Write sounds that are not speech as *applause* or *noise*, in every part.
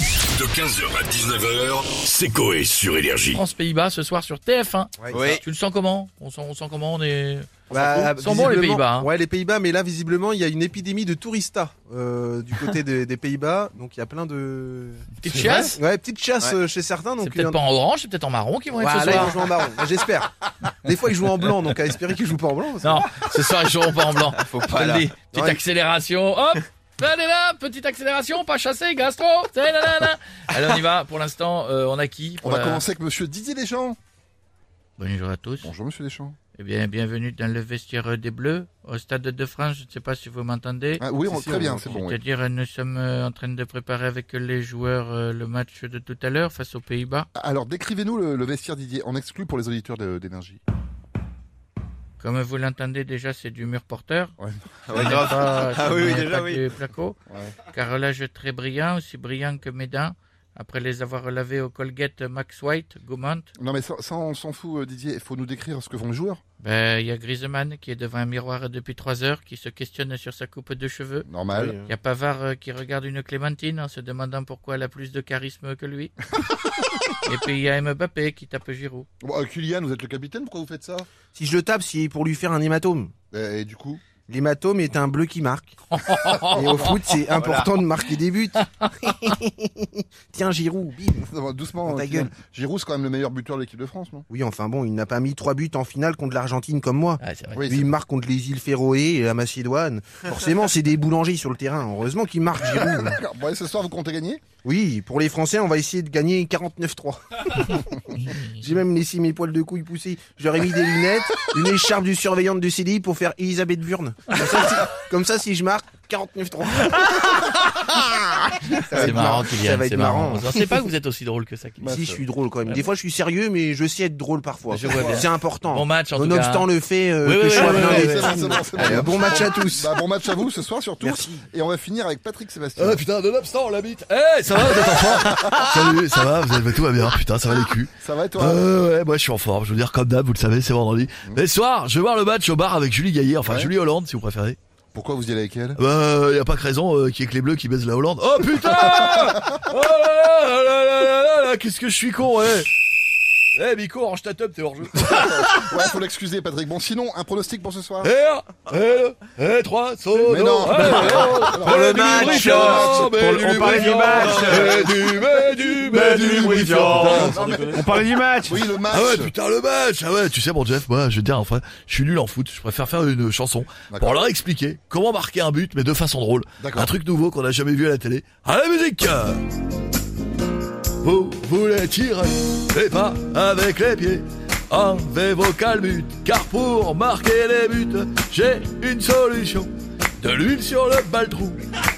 De 15h à 19h, c'est Coé sur Énergie. France-Pays-Bas ce soir sur TF1. Oui. Tu le sens comment on sent, on sent comment on est... Bah, Ils sont bons, les visiblement- Pays-Bas, hein. Ouais, les Pays-Bas, mais là, visiblement, il y a une épidémie de touristas euh, du *laughs* côté des, des Pays-Bas. Donc, il y a plein de. Petite chasse Ouais, petite chasse euh, chez certains. Donc, C'est il y en hein. peut-être pas en orange, c'est peut-être en marron qu'ils vont être Voilà, ce ils soir. vont *laughs* jouer en marron. J'espère. Des fois, ils jouent en blanc, donc à espérer qu'ils jouent pas en blanc. parce que- Non, ce soir ils joueront pas en *laughs* blanc. Faut Je te pas le là. dis. Petite Non, il- accélération, hop Allez là, petite accélération, pas chassé, gastro Ta la la la. Allez, on y va, pour l'instant, euh, on a qui On pour va la- commencer avec Monsieur Didier Deschamps. Bonjour à tous. Bonjour Monsieur Deschamps. Eh bien, bienvenue dans le vestiaire des Bleus, au Stade de France, je ne sais pas si vous m'entendez. Ah, oui, Eh, on- si, très on- bien, c'est bon. oui. C'est-à-dire, euh, nous sommes euh, en train de préparer avec les joueurs euh, le match de tout à l'heure face aux Pays-Bas. Alors décrivez-nous le, le vestiaire Didier en exclu pour les auditeurs de- d'énergie. Comme vous l'entendez déjà, c'est du mur porteur. Ouais, Il n'y a pas- Ah il n'y oui, a oui, pas déjà, oui. de placo. Ouais. Carrelage très brillant, aussi brillant que mes dents. Après les avoir lavés au Colgate Max White, Gaumont, Non mais ça, ça, on s'en fout euh, Didier, il faut nous décrire ce que font les joueurs. ben, il y a Griezmann qui est devant un miroir depuis trois heures, qui se questionne sur sa coupe de cheveux. Normal. Il y a Pavard euh, qui regarde une Clémentine en se demandant pourquoi elle a plus de charisme que *laughs* lui. Et puis il y a Mbappé qui tape Giroud. Bon, euh, Kylian, vous êtes le capitaine, pourquoi vous faites ça Si je le tape, c'est pour lui faire un hématome. Euh, Et du coup *laughs* L'hématome est un bleu qui marque. Et au foot, *laughs* c'est important de marquer des buts. *laughs* Tiens, Giroud, bim. Doucement, Dans ta euh, Kylian. Giroud, c'est quand même le meilleur buteur de l'équipe de France, non Oui, enfin bon, il n'a pas mis trois buts en finale contre l'Argentine comme moi. Ah, c'est vrai. Oui, Lui, c'est- il marque contre les îles Féroé et la Macédoine. Forcément, c'est des boulangers sur le terrain. Heureusement qu'il marque Giroud. D'accord. Bon, et ce soir, vous comptez gagner Oui, pour les Français, on va essayer de gagner 49-3. J'ai même laissé mes poils de couilles pousser. J'aurais mis des lunettes, une écharpe du surveillante de CDI pour faire Elisabeth Burne. Comme ça, si, comme ça, si je marque 49-3. Ça va C'est être marrant, Ça Kylian, va c'est être marrant. Bah, marrant. On ne sait pas que vous êtes aussi drôle que ça. Kylian. Si, je suis drôle quand même. Des fois, je suis sérieux, mais je sais être drôle parfois. Je vois bien. C'est important. Bon match en tout cas. hein. Nonobstant le fait euh, Oui, que oui, je oui, sois oui, plein oui, des oui, c'est trous. bon, c'est bon, c'est bon. Allez, Bon match à tous. Bah, Bon match à vous ce soir surtout. Merci. Et on va finir avec Patrick Sébastien. Ah putain, nonobstant, la bite Eh, ça va, vous êtes en forme Salut, ça va, vous êtes, tout va bien, *laughs* putain, ça va les culs. Ça va et toi Euh, ouais, moi je suis en forme, je veux dire, comme d'hab, vous le savez, c'est vendredi. Mm. Mais ce soir, je vais voir le match au bar avec Julie Gaillet, enfin Ouais. Julie Hollande si vous préférez. Pourquoi vous y allez *laughs* avec elle Euh, y a pas que raison euh, qu'il y ait que les bleus qui baisent la Hollande. Oh putain Oh là là, là là là là là là, qu'est-ce que je suis con, ouais Eh, Miko, range ta teub, t'es *laughs* hors jeu. Ouais, faut l'excuser, Patrick. Bon, sinon, un pronostic pour ce soir Euh. Eh, eh, eh, 3, solo, Mais non. eh, eh, oh. *laughs* Alors, le match, Brifiant, pour le- mais on parlait du Brifiant, match. mais Eh, du- mais du- mais du Brifiant. On parlait du match Oui, le match. Ah ouais, putain, le match! Ah ouais, tu sais, mon Jeff, moi, je vais te dire, enfin, je suis nul en foot. Je préfère faire une chanson pour D'accord. leur expliquer comment marquer un but, mais de façon drôle. D'accord. Un truc nouveau qu'on n'a jamais vu à la télé. À la musique! Vous voulez tirer, mais pas avec les pieds. Enlevez vos calbutes, car pour marquer les buts, j'ai une solution. De l'huile sur le baltrou,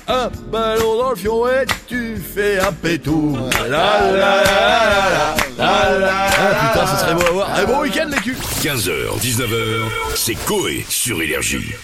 un ballon dans le fion et tu fais un pétou. La, la, la, la, la, la, la. Ah putain, ce serait beau à voir. Un bon week-end les culs 15h, 19h, c'est Coé sur Énergie.